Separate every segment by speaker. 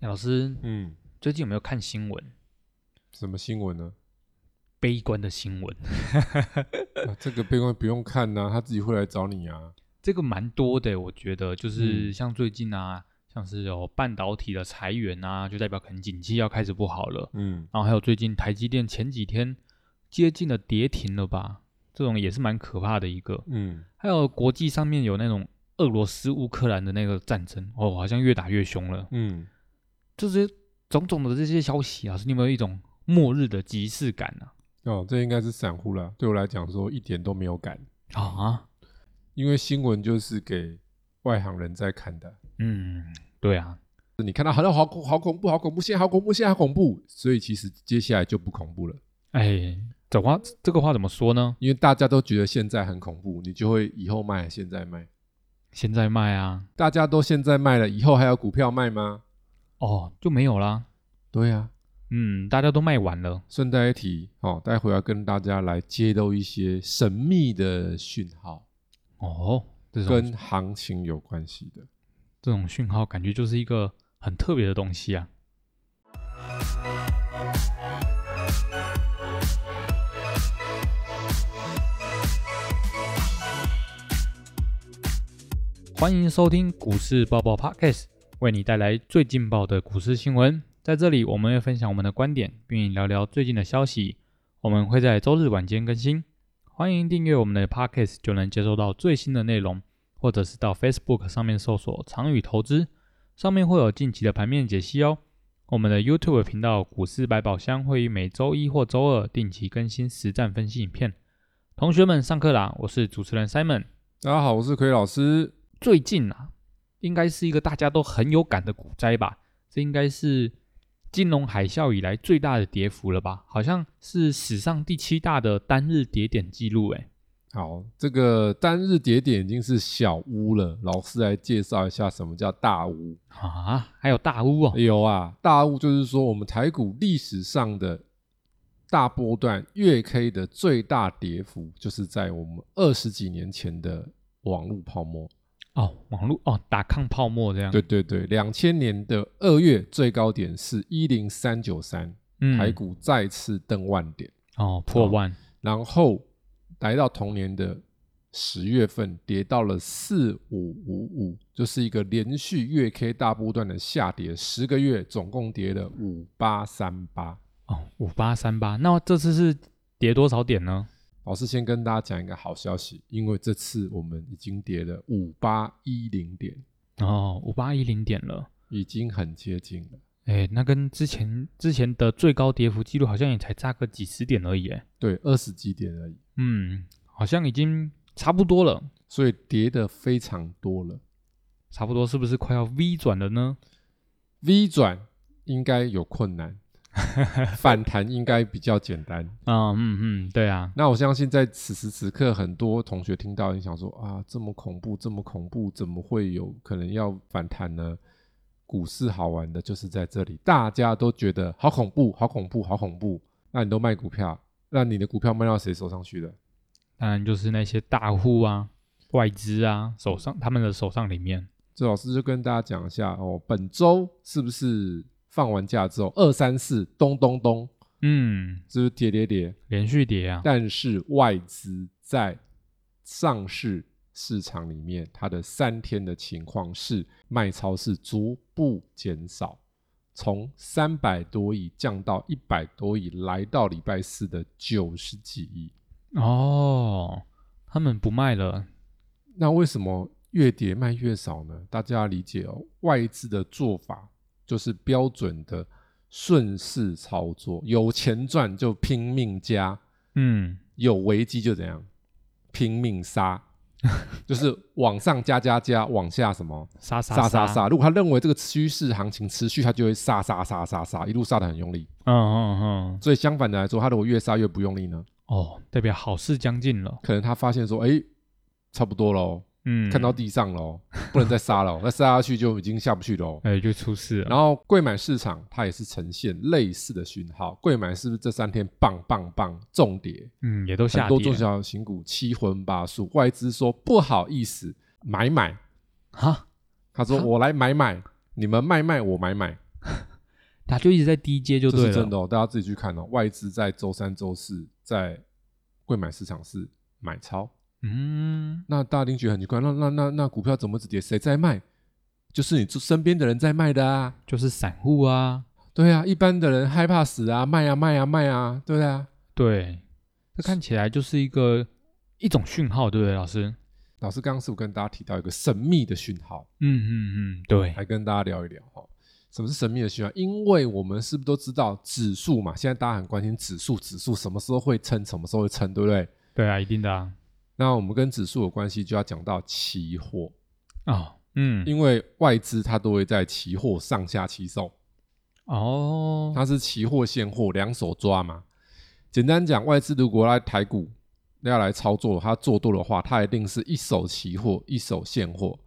Speaker 1: 老师
Speaker 2: 嗯，
Speaker 1: 最近有没有看新闻？
Speaker 2: 什么新闻呢？
Speaker 1: 悲观的新闻，
Speaker 2: 啊这个备官不用看呐、他自己会来找你啊。
Speaker 1: 这个蛮多的，我觉得就是
Speaker 2: 嗯
Speaker 1: 像最近啊，像是有半导体的裁员啊，就代表可能景气要开始不好了。
Speaker 2: 嗯，
Speaker 1: 然后还有最近台积电前几天接近了跌停了吧，这种也是蛮可怕的一个。
Speaker 2: 嗯，
Speaker 1: 还有国际上面有那种俄罗斯乌克兰的那个战争，哦，好像越打越凶了。
Speaker 2: 嗯，
Speaker 1: 这些种种的这些消息啊，是你有没有一种末日的即视感啊呢、
Speaker 2: 哦，这应该是散户啦。对我来讲说一点都没有感，
Speaker 1: 啊？啊，
Speaker 2: 因为新闻就是给外行人在看的。
Speaker 1: 嗯，对啊，
Speaker 2: 你看到好像好恐好恐怖，好恐怖，现在好恐怖，现在好恐怖，所以其实接下来就不恐怖了，
Speaker 1: 哎，这话这个话怎么说呢？
Speaker 2: 因为大家都觉得现在很恐怖，你就会以后卖，现在卖，
Speaker 1: 现在卖啊，
Speaker 2: 大家都现在卖了，以后还有股票卖吗？
Speaker 1: 哦，就没有啦。
Speaker 2: 对呀、啊，
Speaker 1: 嗯，大家都卖完了。
Speaker 2: 顺带一提，哦，待会要跟大家来揭露一些神秘的讯号，
Speaker 1: 哦，这种
Speaker 2: 跟行情有关系的。
Speaker 1: 这种讯号，感觉就是一个很特别的东西啊。欢迎收听股市爆爆 Podcast，为你带来最劲爆的股市新闻。在这里，我们会分享我们的观点，并聊聊最近的消息。我们会在周日晚间更新，欢迎订阅我们的 Podcast，就能接收到最新的内容。或者是到 Facebook 上面搜索“长宇投资”，上面会有近期的盘面解析哦。我们的 YouTube 频道“股市百宝箱”会于每周一或周二定期更新实战分析影片。同学们，上课啦！我是主持人 Simon。
Speaker 2: 大家好，我是奎老师。
Speaker 1: 最近啊，应该是一个大家都很有感的股灾吧？这应该是金融海啸以来最大的跌幅了吧？好像是史上第七大的单日跌点记录，诶，
Speaker 2: 好，这个单日跌点已经是小屋了，老师来介绍一下什么叫大屋。
Speaker 1: 啊，还有大屋哦，
Speaker 2: 有啊，大屋就是说我们台股历史上的大波段月 K 的最大跌幅，就是在我们二十几年前的网络泡沫。
Speaker 1: 哦，网络哦，打抗泡沫这样，
Speaker 2: 对对对，两千年的二月最高点是一零三九三，
Speaker 1: 嗯
Speaker 2: 台股再次登万点，
Speaker 1: 哦，破
Speaker 2: 啊
Speaker 1: 万，
Speaker 2: 然后来到同年的十月份，跌到了四五五五，就是一个连续月 K 大波段的下跌，十个月总共跌了五八三八。
Speaker 1: 哦，五八三八，那这次是跌多少点呢？
Speaker 2: 老师先跟大家讲一个好消息，因为这次我们已经跌了五八一零点，
Speaker 1: 哦，五八一零点了，
Speaker 2: 已经很接近了。
Speaker 1: 哎，那跟之前之前的最高跌幅记录好像也才差个几十点而已，哎，
Speaker 2: 对，二十几点而已，
Speaker 1: 嗯，好像已经差不多了，
Speaker 2: 所以跌的非常多了。
Speaker 1: 差不多是不是快要 V 转了呢？
Speaker 2: V 转应该有困难，反弹应该比较简单。
Speaker 1: 啊、嗯嗯，对啊，
Speaker 2: 那我相信在此时此刻，很多同学听到你想说啊，这么恐怖，这么恐怖，怎么会有可能要反弹呢？股市好玩的就是在这里，大家都觉得好恐怖，好恐怖，好恐怖。那你都卖股票，那你的股票卖到谁手上去了？
Speaker 1: 当然就是那些大户啊、外资啊手上他们的手上里面，
Speaker 2: 这老师就跟大家讲一下哦，本周是不是放完假之后，二三四咚咚咚，
Speaker 1: 嗯，
Speaker 2: 是不是跌跌跌？
Speaker 1: 连续跌啊，
Speaker 2: 但是外资在上市市场里面，它的三天的情况是卖超是逐步减少，从三百多亿降到一百多亿，来到礼拜四的九十几亿。
Speaker 1: 哦，他们不卖了，
Speaker 2: 那为什么越跌卖越少呢？大家要理解哦，外资的做法就是标准的顺势操作，有钱赚就拼命加，
Speaker 1: 嗯，
Speaker 2: 有危机就怎样拼命 杀，就是往上加加加，往下什么
Speaker 1: 杀杀
Speaker 2: 杀杀杀。如果他认为这个趋势行情持续，他就会杀杀杀杀杀，一路杀的很用力。
Speaker 1: 嗯嗯嗯，
Speaker 2: 所以相反的来说，他如果越杀越不用力呢，
Speaker 1: 哦，代表好事将近了。
Speaker 2: 可能他发现说，哎，差不多喽，
Speaker 1: 嗯，
Speaker 2: 看到，地上 喽，不能再杀了哦，那杀下去就已经下不去喽。
Speaker 1: 哎，就出事了。
Speaker 2: 然后贵买市场它也是呈现类似的讯号，贵买是不是这三天棒棒棒重跌？
Speaker 1: 嗯，也都
Speaker 2: 很
Speaker 1: 下
Speaker 2: 多
Speaker 1: 跌。
Speaker 2: 中小型股七荤八素，外资说不好意思买买，
Speaker 1: 哈，
Speaker 2: 他说
Speaker 1: 哈
Speaker 2: 我来买买，你们卖卖我买买，
Speaker 1: 它就一直在低阶就
Speaker 2: 这
Speaker 1: 对了。
Speaker 2: 是真的哦，大家自己去看哦。外资在周三、周四在贵买市场是买超，
Speaker 1: 嗯，
Speaker 2: 那大家定觉得很奇怪，那那那那股票怎么止跌？谁在卖？就是你身边的人在卖的啊。
Speaker 1: 就是散户啊，
Speaker 2: 对啊，一般的人害怕死啊，卖啊卖啊卖啊，对啊。
Speaker 1: 对，这看起来就是一个一种讯号，对不对，老师？
Speaker 2: 老师刚刚是不是跟大家提到一个神秘的讯号？
Speaker 1: 嗯嗯嗯，对，
Speaker 2: 来跟大家聊一聊哈、哦，什么是神秘的讯号？因为我们是不是都知道指数嘛？现在大家很关心指数，指数什么时候会撑，什么时候会撑，对不对？
Speaker 1: 对啊，一定的啊，
Speaker 2: 那我们跟指数有关系，就要讲到期货，
Speaker 1: 哦，嗯，
Speaker 2: 因为外资它都会在期货上下期售，
Speaker 1: 哦，
Speaker 2: 它是期货现货两手抓嘛。简单讲，外资如果来台股要来操作，它做多的话，它一定是一手期货，一手现货，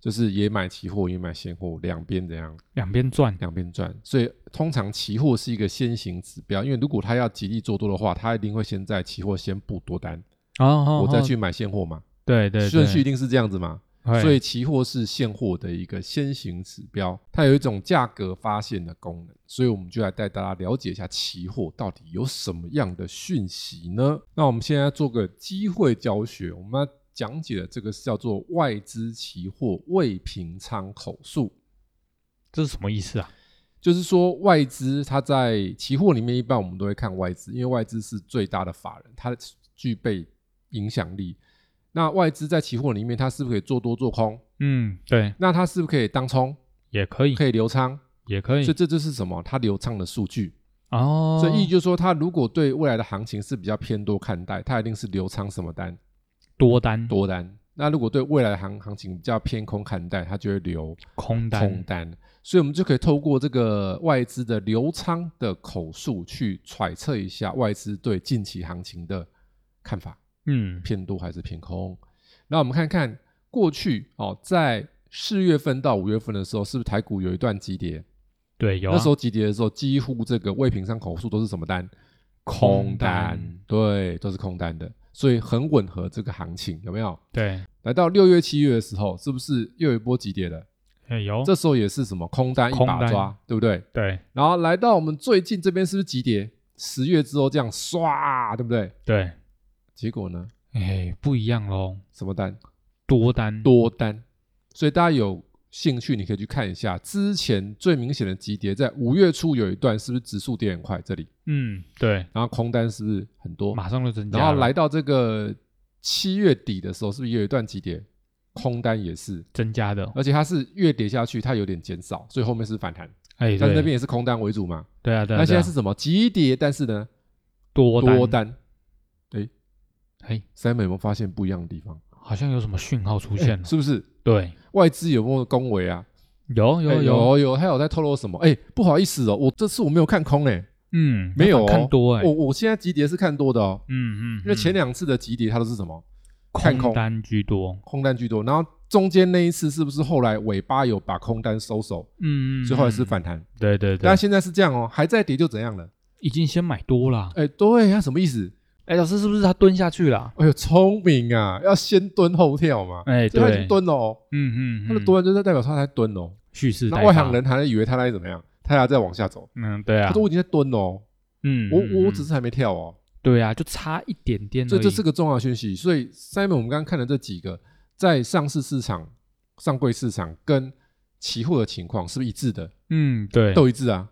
Speaker 2: 就是也买期货，也买现货，两边怎样？
Speaker 1: 两边赚，
Speaker 2: 两边赚。所以通常期货是一个先行指标，因为如果他要极力做多的话，他一定会先在期货先布多单，
Speaker 1: 哦哦，
Speaker 2: 我再
Speaker 1: 哦，
Speaker 2: 去买现货嘛，
Speaker 1: 对对，对
Speaker 2: 顺序一，定是这样子嘛。
Speaker 1: 嘿
Speaker 2: 所以期货是现货的一个先行指标，它有一种价格发现的功能，所以我们就来带大家了解一下期货到底有什么样的讯息呢？那我们现在做个机会教学，我们要讲解的这个是叫做外资期货未平仓口数。
Speaker 1: 这是什么意思啊？
Speaker 2: 就是说外资它在期货里面，一般我们都会看外资，因为外资是最大的法人，它具备影响力。那外资在期货里面，它是不是可以做多做空？
Speaker 1: 嗯，对，
Speaker 2: 那它是不是可以当冲，
Speaker 1: 也可以，
Speaker 2: 可以留仓？
Speaker 1: 也可以
Speaker 2: 所以，这就是什么？它留仓的数据。
Speaker 1: 哦，
Speaker 2: 所以意思就是说，它如果对未来的行情是比较偏多看待，它一定是留仓什么单
Speaker 1: 多单、
Speaker 2: 多单。那如果对未来的行行情比较偏空看待，它就会留
Speaker 1: 空
Speaker 2: 空
Speaker 1: 单，
Speaker 2: 单，所以我们就可以透过这个外资的流仓的口数去揣测一下外资对近期行情的看法，
Speaker 1: 嗯，
Speaker 2: 偏多还是偏空。那我们看看过去哦，在四月份到五月份的时候，是不是台股有一段急跌？
Speaker 1: 对，有啊
Speaker 2: 那时候急跌的时候，几乎这个未平仓口数都是什么单？
Speaker 1: 空
Speaker 2: 单，对，都是空单的，所以很吻合这个行情，有没有？
Speaker 1: 对，
Speaker 2: 来到六月、七月的时候，是不是又有一波急跌了？
Speaker 1: 哎有，
Speaker 2: 这时候也是什么空单一
Speaker 1: 空
Speaker 2: 把
Speaker 1: 单
Speaker 2: 抓，对不对？
Speaker 1: 对
Speaker 2: 然后来到我们最近这边是不是急跌？十月之后这样唰，对不对？
Speaker 1: 对，
Speaker 2: 结果呢，
Speaker 1: 哎，不一样喽，
Speaker 2: 什么单？
Speaker 1: 多单，
Speaker 2: 多单。所以大家有兴趣，你可以去看一下之前最明显的急跌，在五月初有一段是不是指数跌很快？这里，
Speaker 1: 嗯，对，
Speaker 2: 然后空单是不是很多？
Speaker 1: 马上就增加
Speaker 2: 然
Speaker 1: 了，
Speaker 2: 后来到这个七月底的时候，是不是也有一段急跌？空单也是，
Speaker 1: 增加的，
Speaker 2: 而且它是越跌下去，它有点减少，所以后面是反弹，
Speaker 1: 哎，对
Speaker 2: 但是那边也是空单为主嘛。
Speaker 1: 对啊，对啊，
Speaker 2: 那现
Speaker 1: 对啊
Speaker 2: 在是什么急跌？但是呢，
Speaker 1: 多
Speaker 2: 多
Speaker 1: 单，
Speaker 2: 单。
Speaker 1: 哎，
Speaker 2: Simon 有没有发现不一样的地方？
Speaker 1: 好像有什么讯号出现了，
Speaker 2: 是不是
Speaker 1: 哎对，
Speaker 2: 外资有没有恭维啊？
Speaker 1: 有
Speaker 2: 哎
Speaker 1: 有有，
Speaker 2: 有有，他有在透露什么？哎、不好意思哦，我这次我没有看空哎、
Speaker 1: 嗯，
Speaker 2: 没有、哦、
Speaker 1: 看多哎，
Speaker 2: 我我现在急跌是看多的哦，
Speaker 1: 嗯嗯，
Speaker 2: 因为前
Speaker 1: 嗯
Speaker 2: 两次的急跌它都是什么看空
Speaker 1: 空单居多，
Speaker 2: 空单居多，然后中间那一次是不是后来尾巴有把空单收手，
Speaker 1: 嗯，嗯
Speaker 2: 所以后来是，
Speaker 1: 嗯
Speaker 2: 反弹？
Speaker 1: 对对对
Speaker 2: 但，现在是这样哦，还在跌就怎样了？
Speaker 1: 已经先买多啦。
Speaker 2: 哎、对，他什么意思？
Speaker 1: 哎，老师是不是他蹲下去啦？
Speaker 2: 哎呦，聪明啊，要先蹲后跳嘛。
Speaker 1: 哎，
Speaker 2: 所以他已经
Speaker 1: 对，
Speaker 2: 蹲了哦，
Speaker 1: 嗯嗯，
Speaker 2: 他的
Speaker 1: 嗯
Speaker 2: 蹲完就是代表他在蹲哦。
Speaker 1: 蓄势待
Speaker 2: 那外行
Speaker 1: 发，
Speaker 2: 人还在以为他在怎么样，他还在往下走。
Speaker 1: 嗯，对
Speaker 2: 他
Speaker 1: 啊
Speaker 2: 说，我已经在蹲哦，
Speaker 1: 嗯，
Speaker 2: 我
Speaker 1: 嗯
Speaker 2: 我我
Speaker 1: 嗯
Speaker 2: 只是还没跳哦，
Speaker 1: 对啊，就差一点点而已，
Speaker 2: 所以这是个重要讯息。所以 Simon，我们刚刚看的这几个在上市市场、上柜市场跟期货的情况是不是一致的？
Speaker 1: 嗯，对，
Speaker 2: 都一致啊，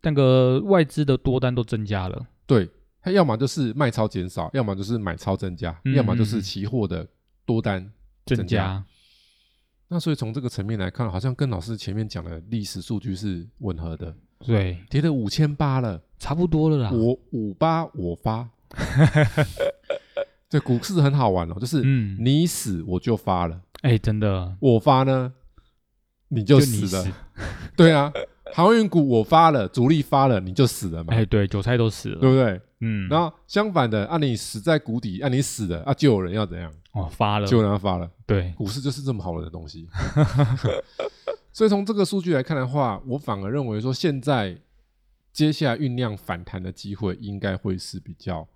Speaker 1: 那个外资的多单都增加了，
Speaker 2: 对，它要么就是卖超减少，要么就是买超增加，
Speaker 1: 嗯
Speaker 2: 要么就是期货的多单。增
Speaker 1: 增
Speaker 2: 加，那所以从这个层面来看，好像跟老师前面讲的历史数据是吻合的，
Speaker 1: 对，
Speaker 2: 跌了五千八了。
Speaker 1: 差不多了啦。
Speaker 2: 我五八我发。 对，股市很好玩哦，就是
Speaker 1: 嗯
Speaker 2: 你死我就发了，
Speaker 1: 哎、真的
Speaker 2: 我发呢你就
Speaker 1: 你
Speaker 2: 死了。对啊，航运股我发了，主力发了，你就死了嘛，
Speaker 1: 哎、对，韭菜都死
Speaker 2: 对
Speaker 1: 了，
Speaker 2: 不对？
Speaker 1: 嗯，
Speaker 2: 然后相反的，啊，你死在谷底，啊，你死了，啊，就有人要怎样？
Speaker 1: 哦发了，
Speaker 2: 就有人要发了。
Speaker 1: 对，
Speaker 2: 股市就是这么好玩的东西。 所以从这个数据来看的话，我反而认为说，现在接下来酝酿反弹的机会应该会是比较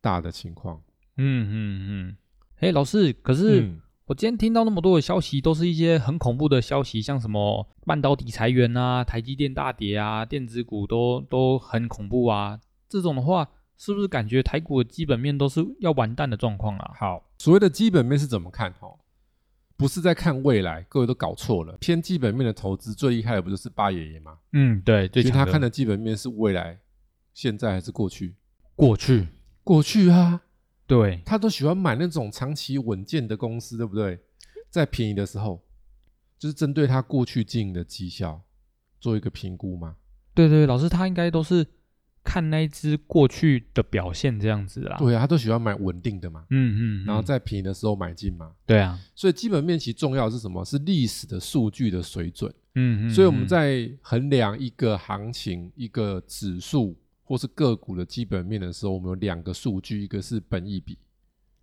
Speaker 2: 大的情况。
Speaker 1: 嗯嗯嗯。哎、老师，可是
Speaker 2: 嗯
Speaker 1: 我今天听到那么多的消息，都是一些很恐怖的消息，像什么半导体裁员啊、台积电大跌啊、电子股都都很恐怖啊。这种的话，是不是感觉台股的基本面都是要完蛋的状况啊？
Speaker 2: 好，所谓的基本面是怎么看？哦，不是在看未来，各位都搞错了。偏基本面的投资最厉害的不就是八爷爷吗？
Speaker 1: 嗯，对，最
Speaker 2: 其实
Speaker 1: 强
Speaker 2: 他
Speaker 1: 的
Speaker 2: 看的基本面是未来、现在还是过去？
Speaker 1: 过去，
Speaker 2: 过去啊，
Speaker 1: 对，
Speaker 2: 他都喜欢买那种长期稳健的公司，对不对？在便宜的时候，就是针对他过去经营的绩效做一个评估嘛。
Speaker 1: 对对，老师他应该都是看那一只过去的表现这样子啦。
Speaker 2: 对啊，他都喜欢买稳定的嘛，
Speaker 1: 嗯，嗯嗯，
Speaker 2: 然后在便宜的时候买进嘛。
Speaker 1: 对啊，
Speaker 2: 所以基本面其实重要的是什么？是历史的数据的水准。
Speaker 1: 嗯嗯，
Speaker 2: 所以我们
Speaker 1: 嗯
Speaker 2: 在衡量一个行情、一个指数或是个股的基本面的时候，我们有两个数据，一个是本益比，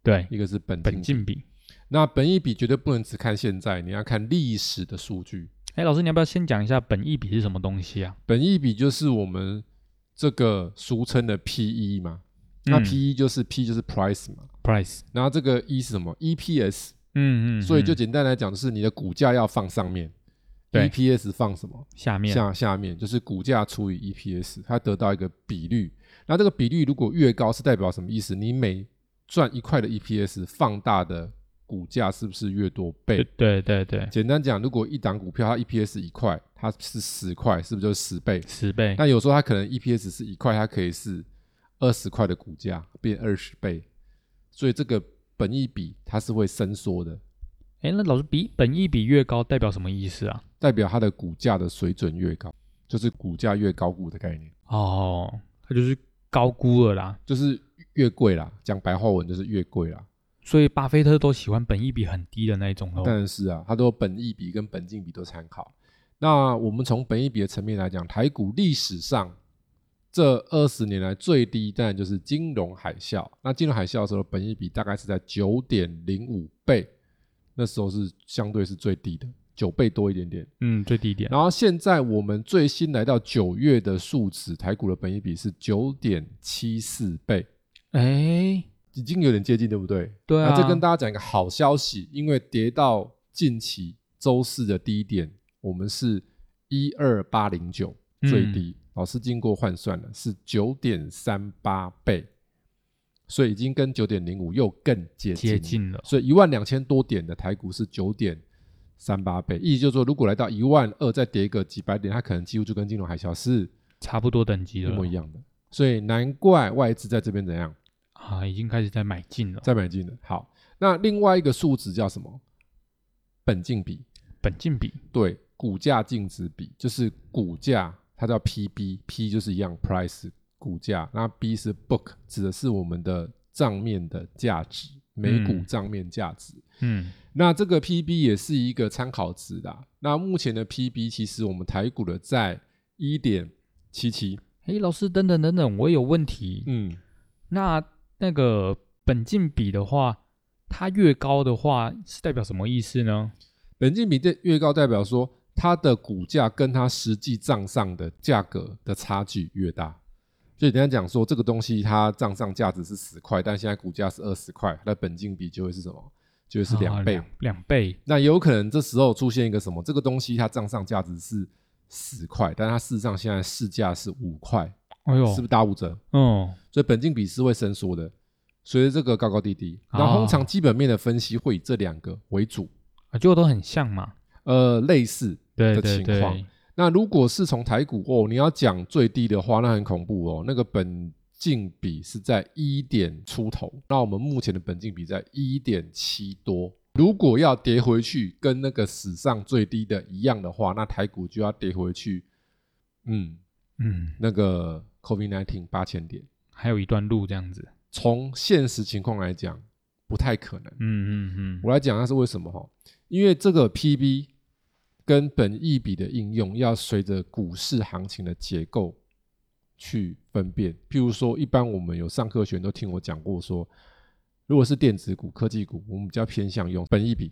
Speaker 1: 对
Speaker 2: 一个是本金
Speaker 1: 本。金比。
Speaker 2: 那本益比绝对不能只看现在，你要看历史的数据。
Speaker 1: 哎，老师，你要不要先讲一下本益比是什么东西啊？
Speaker 2: 本益比就是我们这个俗称的 PE 嘛，那
Speaker 1: 嗯
Speaker 2: PE 就是 P 就是 price 嘛，
Speaker 1: price，
Speaker 2: 然后这个 E 是什么？EPS，
Speaker 1: 嗯嗯，
Speaker 2: 所以就
Speaker 1: 嗯
Speaker 2: 简单来讲，就是你的股价要放上面
Speaker 1: 对
Speaker 2: ，EPS 放什么？
Speaker 1: 下面，
Speaker 2: 下下面就是股价除以 EPS，它得到一个比率。那这个比率如果越高，是代表什么意思？你每赚一块的 EPS，放大的股价是不是越多
Speaker 1: 对
Speaker 2: 倍？
Speaker 1: 对对对，
Speaker 2: 简单讲，如果一档股票它 EPS 一块，它是十块，是不是就是十倍？
Speaker 1: 十倍，
Speaker 2: 那有时候它可能 EPS 是一块，它可以是二十块的股价变二十倍，所以这个本益比它是会伸缩的，
Speaker 1: 哎，那老师比本益比越高，代表什么意思啊？
Speaker 2: 代表它的股价的水准越高，就是股价越高估的概念。
Speaker 1: 哦，它就是高估了啦。
Speaker 2: 就是越贵啦，讲白话文就是越贵啦。
Speaker 1: 所以巴菲特都喜欢本益比很低的那一种咯。
Speaker 2: 但是啊，它都有本益比跟本净比都参考。那我们从本益比的层面来讲，台股历史上这二十年来最低，当然就是金融海啸。那金融海啸的时候，本益比大概是在九点零五倍，那时候是相对是最低的，九倍多一点点。
Speaker 1: 嗯，最低点。
Speaker 2: 然后现在我们最新来到九月的数值，台股的本益比是九点七四倍，
Speaker 1: 哎，
Speaker 2: 已经有点接近，对不对？
Speaker 1: 对啊，
Speaker 2: 那这跟大家讲一个好消息，因为跌到近期周四的低点，我们是一二八零九
Speaker 1: 嗯
Speaker 2: 最低，老师经过换算了是九点三八倍，所以已经跟九点零五又更接近
Speaker 1: 接
Speaker 2: 了，
Speaker 1: 近了。
Speaker 2: 所以一万两千多点的台股是九点三八倍，意思就是说，如果来到一万二再跌个几百点，它可能几乎就跟金融海啸是
Speaker 1: 差不多等级
Speaker 2: 一
Speaker 1: 了
Speaker 2: 模一样的，所以难怪外资在这边怎样。
Speaker 1: 啊，已经开始在买进了。
Speaker 2: 再买进的。好，那另外一个数值叫什么？本净比，
Speaker 1: 本金比，
Speaker 2: 对，股价净值比，就是股价，它叫 PB，P 就是一样 price 股价，那 B 是 book，指的是我们的账面的价值，每股
Speaker 1: 嗯
Speaker 2: 账面价值。
Speaker 1: 嗯，
Speaker 2: 那这个 PB 也是一个参考值啦。那目前的 PB 其实我们台股的在一点七七，
Speaker 1: 哎，老师，等等等等，我有问题。
Speaker 2: 嗯，
Speaker 1: 那那个本金比的话，它越高的话是代表什么意思呢？
Speaker 2: 本金比的越高，代表说它的股价跟它实际账上的价格的差距越大。所以人家讲说，这个东西它账上价值是十块，但现在股价是二十块，它的本金比就会是什么？就会是
Speaker 1: 啊
Speaker 2: 两倍。
Speaker 1: 两两倍。
Speaker 2: 那也有可能这时候出现一个什么？这个东西它账上价值是十块，但它事实上现在市价是五块，
Speaker 1: 哎呦
Speaker 2: 是，不是打五折？
Speaker 1: 嗯，
Speaker 2: 所以本金比是会伸缩的，随着这个高高低低。
Speaker 1: 哦
Speaker 2: 然后通常基本面的分析会以这两个为主，
Speaker 1: 啊，结果都很像嘛。
Speaker 2: 呃，类似
Speaker 1: 对
Speaker 2: 的
Speaker 1: 对
Speaker 2: 情况
Speaker 1: 对，
Speaker 2: 那如果是从台股哦，你要讲最低的话，那很恐怖哦。那个本净比是在一点出头，那我们目前的本净比在一点七多。如果要跌回去跟那个史上最低的一样的话，那台股就要跌回去，嗯，
Speaker 1: 嗯，
Speaker 2: 那个 COVID nineteen 八千点。
Speaker 1: 还有一段路这样子。
Speaker 2: 从现实情况来讲，不太可能。
Speaker 1: 嗯嗯嗯，
Speaker 2: 我来讲一下是为什么哈，因为这个 PB 跟本益比的应用要随着股市行情的结构去分辨。譬如说，一般我们有上课学员都听我讲过说，如果是电子股、科技股，我们比较偏向用本益比；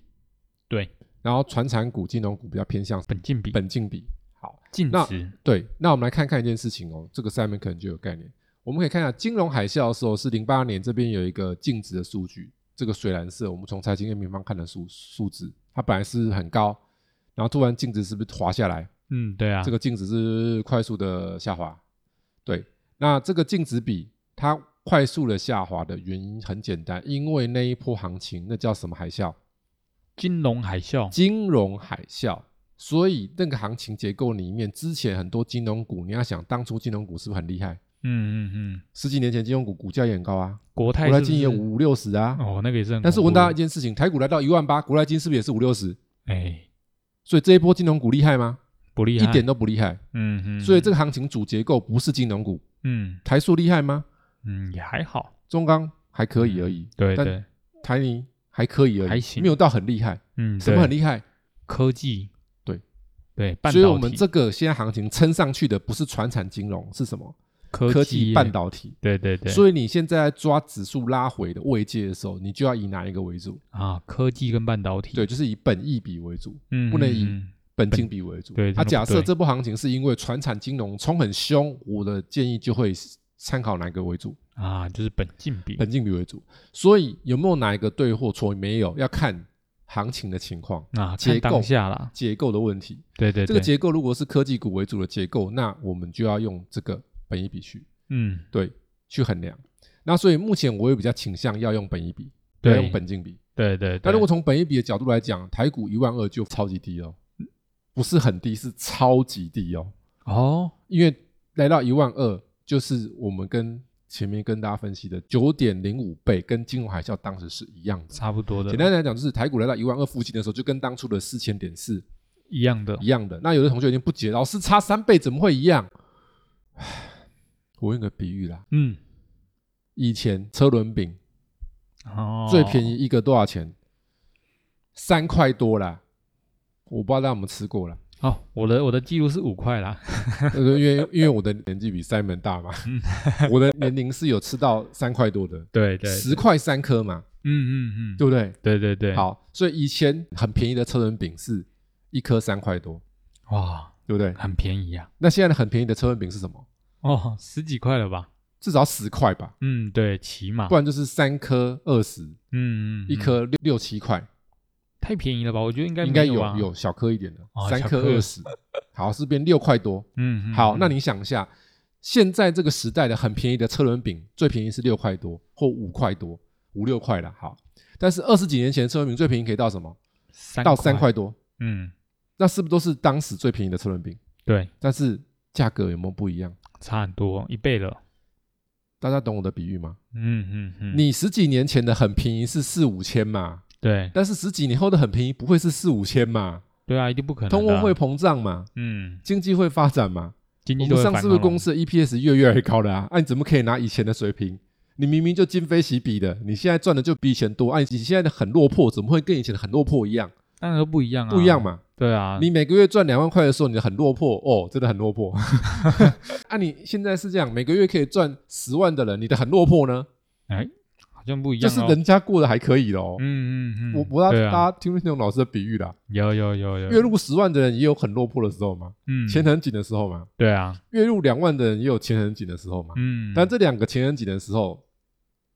Speaker 1: 对，
Speaker 2: 然后传产股、金融股比较偏向
Speaker 1: 本金比、
Speaker 2: 本净比。好，
Speaker 1: 净
Speaker 2: 那
Speaker 1: 值，
Speaker 2: 对，那我们来看看一件事情哦，这个上面可能就有概念。我们可以看一下金融海啸的时候是零八年这边有一个净值的数据，这个水蓝色，我们从财经 A 平方看的数数值，它本来是很高，然后突然净值是不是滑下来？
Speaker 1: 嗯，对啊，
Speaker 2: 这个净值是快速的下滑。对，那这个净值比它快速的下滑的原因很简单，因为那一波行情那叫什么海啸？
Speaker 1: 金融海啸，
Speaker 2: 金融海啸。所以那个行情结构里面，之前很多金融股，你要想当初金融股是不是很厉害？
Speaker 1: 嗯嗯嗯，
Speaker 2: 十几年前金融股股价也很高啊，
Speaker 1: 国泰
Speaker 2: 国
Speaker 1: 是不
Speaker 2: 泰金也
Speaker 1: 是
Speaker 2: 五六十啊。
Speaker 1: 哦，那个也是很恐怖的，
Speaker 2: 但是我问大家一件事情，台股来到一万八，国泰金是不是也是五六十？
Speaker 1: 哎，
Speaker 2: 所以这一波金融股厉害吗？
Speaker 1: 不厉
Speaker 2: 一
Speaker 1: 害，
Speaker 2: 点，都不厉害。
Speaker 1: 嗯嗯，
Speaker 2: 所以这个行情主结构不是金融股，
Speaker 1: 嗯
Speaker 2: 台塑厉害吗？
Speaker 1: 嗯也还好，
Speaker 2: 中钢还可以而已，
Speaker 1: 对
Speaker 2: 但
Speaker 1: 对，
Speaker 2: 台泥还可以而已，
Speaker 1: 嗯还行
Speaker 2: 没有到很厉害。
Speaker 1: 嗯，
Speaker 2: 什么很
Speaker 1: 对
Speaker 2: 厉害？
Speaker 1: 科技，
Speaker 2: 对
Speaker 1: 对，半
Speaker 2: 所以
Speaker 1: 导
Speaker 2: 我们
Speaker 1: 体
Speaker 2: 这个现在行情撑上去的不是传产金融，是什么？科技
Speaker 1: 业
Speaker 2: 半，导体。
Speaker 1: 对对对，
Speaker 2: 所以你现在抓指数拉回的位界的时候，你就要以哪一个为主？
Speaker 1: 啊，科技跟半导体，
Speaker 2: 对，就是以本益比为主，
Speaker 1: 嗯，嗯，
Speaker 2: 不能以
Speaker 1: 嗯
Speaker 2: 本金比为主。
Speaker 1: 对
Speaker 2: 啊，
Speaker 1: 这种不
Speaker 2: 假设
Speaker 1: 对
Speaker 2: 这波行情是因为传产金融冲很凶，我的建议就会参考哪一个为主？
Speaker 1: 啊，就是本金比，
Speaker 2: 本金比为主。所以有没有哪一个对或错？没有，要看行情的情况、
Speaker 1: 啊，看
Speaker 2: 结构
Speaker 1: 当下啦，
Speaker 2: 结构的问题。
Speaker 1: 对对，
Speaker 2: 这个
Speaker 1: 对，
Speaker 2: 结构如果是科技股为主的结构，那我们就要用这个本益比去
Speaker 1: 嗯，
Speaker 2: 对去衡量。那所以目前我也比较倾向要用本益比，不要
Speaker 1: 对
Speaker 2: 用本金比。
Speaker 1: 对对，
Speaker 2: 那
Speaker 1: 对
Speaker 2: 如果从本益比的角度来讲，台股一万二就超级低哦，不是很低，是超级低哦，
Speaker 1: 哦，
Speaker 2: 因为来到一万二，就是我们跟前面跟大家分析的九点零五倍，跟金融海啸当时是一样的。
Speaker 1: 差不多的，
Speaker 2: 简单来讲，就是台股来到一万二附近的时候，就跟当初的四千点是
Speaker 1: 一样的
Speaker 2: 一，样的。那有的同学已经不解，老师差三倍怎么会一样？唉我用个比喻啦，
Speaker 1: 嗯，
Speaker 2: 以前车轮饼
Speaker 1: 哦，
Speaker 2: 最便宜一个多少钱？三块多啦，我不知道大家有没有吃过啦。
Speaker 1: 哦，我的我的记录是五块啦，
Speaker 2: 呃因为因为我的年纪比 Simon 大嘛，我的年龄是有吃到三块多的，
Speaker 1: 嗯对对，
Speaker 2: 十块三颗嘛，
Speaker 1: 嗯嗯嗯，
Speaker 2: 对不对？
Speaker 1: 对对对，，
Speaker 2: 好，所以以前很便宜的车轮饼是一颗三块多，
Speaker 1: 哇，
Speaker 2: 对不对？
Speaker 1: 很便宜啊，
Speaker 2: 那现在的很便宜的车轮饼是什么？
Speaker 1: 哦，十几块了吧？
Speaker 2: 至少十块吧，
Speaker 1: 嗯，对，起码
Speaker 2: 不，然就是三颗二十，
Speaker 1: 嗯，嗯
Speaker 2: 一
Speaker 1: 嗯
Speaker 2: 颗六六七块，
Speaker 1: 太便宜了吧？我觉得应该
Speaker 2: 应该
Speaker 1: 没
Speaker 2: 有
Speaker 1: 吧，
Speaker 2: 有小颗一点的
Speaker 1: 哦，
Speaker 2: 三
Speaker 1: 小
Speaker 2: 颗
Speaker 1: 颗
Speaker 2: 二十，好是变六块多。
Speaker 1: 嗯，嗯
Speaker 2: 好，那
Speaker 1: 嗯
Speaker 2: 你想一下，现在这个时代的很便宜的车轮饼，最便宜是六块多或五块多，五六块了。好，但是二十几年前的车轮饼最便宜可以到什么？
Speaker 1: 三
Speaker 2: 到三，块多，
Speaker 1: 嗯，
Speaker 2: 那是不是都是当时最便宜的车轮饼？
Speaker 1: 对，
Speaker 2: 但是价格有没有不一样？
Speaker 1: 差很多，一倍了，
Speaker 2: 大家懂我的比喻吗？
Speaker 1: 嗯嗯嗯，
Speaker 2: 你十几年前的很便宜是四五千嘛，
Speaker 1: 对
Speaker 2: 但是十几年后的很便宜不会是四五千嘛？
Speaker 1: 对啊，一定不可能，
Speaker 2: 通货会，膨胀嘛，
Speaker 1: 嗯，
Speaker 2: 经济会发展嘛，
Speaker 1: 经
Speaker 2: 我
Speaker 1: 济
Speaker 2: 们
Speaker 1: 都会
Speaker 2: 上
Speaker 1: 反
Speaker 2: 市的
Speaker 1: 弹
Speaker 2: 公
Speaker 1: 了
Speaker 2: 司的 EPS 越越来越高了啊，那、你怎么可以拿以前的水平？你明明就今非昔比的，你现在赚的就比以前多，啊，你现在的很落魄，怎么会跟以前的很落魄一样？
Speaker 1: 当然都不一样啊，
Speaker 2: 不一样，嘛！
Speaker 1: 对啊，
Speaker 2: 你每个月赚两万块的时候，你的很落魄哦，真的很 落魄。啊，你现在是这样，每个月可以赚十万的人，你的很落魄呢，
Speaker 1: 好像不一
Speaker 2: 就
Speaker 1: 样，哦
Speaker 2: 是，人家过得还可以喽。
Speaker 1: 嗯嗯嗯，
Speaker 2: 我我不知
Speaker 1: 对
Speaker 2: 道
Speaker 1: 啊
Speaker 2: 大家听不听懂老师的比喻啦。
Speaker 1: 有有有有，
Speaker 2: 月入十万的人也有很落魄的时候嘛，
Speaker 1: 嗯，
Speaker 2: 钱很紧的时候嘛；
Speaker 1: 对啊，
Speaker 2: 月入两万的人也有钱很紧的时候嘛。
Speaker 1: 嗯，
Speaker 2: 但这两个情人节的时候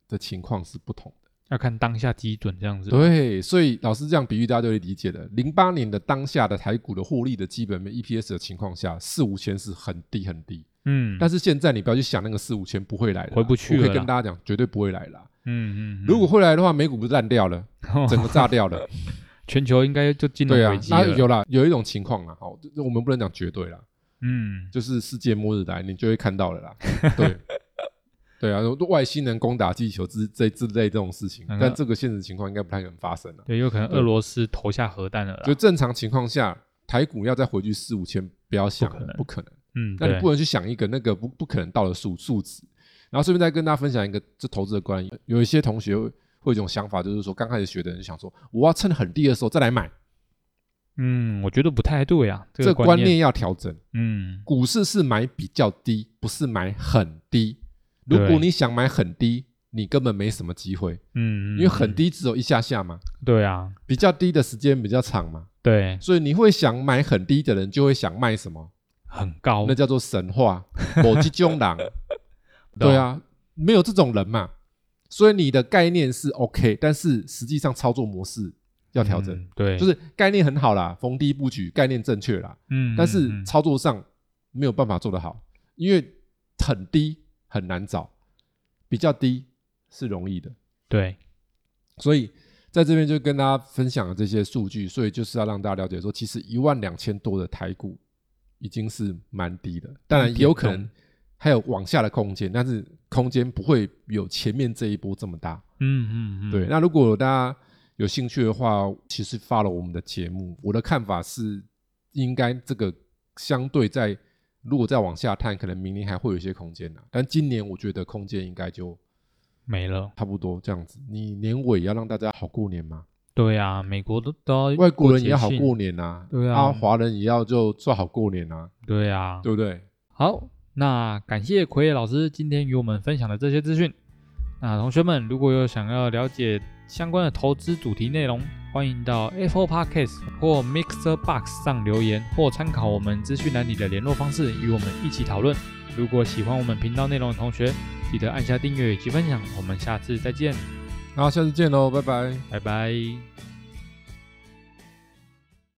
Speaker 2: 的情况是不同的。
Speaker 1: 要看当下基准这样子，
Speaker 2: 对，所以老师这样比喻，大家就会理解的。零八年的当下的台股的获利的基本面 EPS 的情况下，四五千是很低很低。
Speaker 1: 嗯，
Speaker 2: 但
Speaker 1: 是
Speaker 2: 是现在你不要去想那个四五千不会来的啦，
Speaker 1: 回不去
Speaker 2: 我可
Speaker 1: 了
Speaker 2: 以
Speaker 1: 啦
Speaker 2: 跟大家讲，绝对不会来啦。
Speaker 1: 嗯嗯，嗯哦
Speaker 2: 如果会来的话，美股不是烂掉了，整个炸 掉了。
Speaker 1: 全球应该就金融
Speaker 2: 对啊
Speaker 1: 危，机
Speaker 2: 那
Speaker 1: 了，
Speaker 2: 有啦，有一种情况啦，哦，我们不能讲绝对啦，
Speaker 1: 嗯，
Speaker 2: 就是世界末日来，你就会看到了啦。对，对啊，外星人攻打地球之这之类这种事情，
Speaker 1: 嗯
Speaker 2: 但这个现实情况应该不太可能发生了。啊
Speaker 1: 对，有可能俄罗斯投下核弹了啦，
Speaker 2: 就正常情况下，台股要再回去四五千，不要想
Speaker 1: 不可能
Speaker 2: 不可能。
Speaker 1: 嗯，
Speaker 2: 那
Speaker 1: 对，
Speaker 2: 你不能去想一个那个不不可能到的数数值。然后顺便再跟大家分享一个这投资的观念，有一些同学会会有一种想法，就是说刚开始学的人想说，我要趁很低的时候再来买，
Speaker 1: 嗯，我觉得不太对啊，这
Speaker 2: 这
Speaker 1: 个
Speaker 2: 观
Speaker 1: 念，
Speaker 2: 念要调整。
Speaker 1: 嗯，
Speaker 2: 股市是买比较低，不是买很低。如果
Speaker 1: 对
Speaker 2: 你想买很低，你根本没什么机会，
Speaker 1: 嗯，
Speaker 2: 因为很
Speaker 1: 嗯，
Speaker 2: 低只有一下下嘛，
Speaker 1: 对啊，
Speaker 2: 比较低的时间比较长嘛，
Speaker 1: 对，
Speaker 2: 所以你会想买很低的人就会想卖什么，
Speaker 1: 很高
Speaker 2: 那，叫做神话，某几种狼。对啊，没有这种人嘛，所以你的概念是 OK，但是实际上操作模式要调整。
Speaker 1: 嗯对，
Speaker 2: 就是概念很好啦，逢低布局，概念正确啦，
Speaker 1: 嗯，嗯
Speaker 2: 但是
Speaker 1: 嗯
Speaker 2: 操作上没有办法做得好，因为很低很难找，比较低是容易的，
Speaker 1: 对，
Speaker 2: 所以在这边就跟大家分享了这些数据，所以就是要让大家了解说，其实一万两千多的台股已经是蛮低的，当然也有可能还有往下的空间，但是空间不会有前面这一波这么大。
Speaker 1: 嗯嗯嗯，
Speaker 2: 对，那如果大家有兴趣的话，其实发了我们的节目，我的看法是，应该这个相对在如果再往下探，可能明年还会有一些空间啊，但今年我觉得空间应该就
Speaker 1: 没了。
Speaker 2: 差不多这样子。你年尾要让大家好过年嘛，
Speaker 1: 对啊，美国都都要
Speaker 2: 外国人也要好
Speaker 1: 节庆
Speaker 2: 过年啊，
Speaker 1: 对啊
Speaker 2: 华人也要就做好过年啊，
Speaker 1: 对啊，
Speaker 2: 对不对？
Speaker 1: 好，那感谢奎野老师今天与我们分享的这些资讯。那同学们如果有想要了解相关的投资主题内容，欢迎到 Apple Podcast 或 Mixer Box 上留言，或参考我们资讯栏里的联络方式与我们一起讨论。如果喜欢我们频道内容的同学，记得按下订阅以及分享。我们下次再见，
Speaker 2: 那下次见喽，拜拜。
Speaker 1: 拜拜。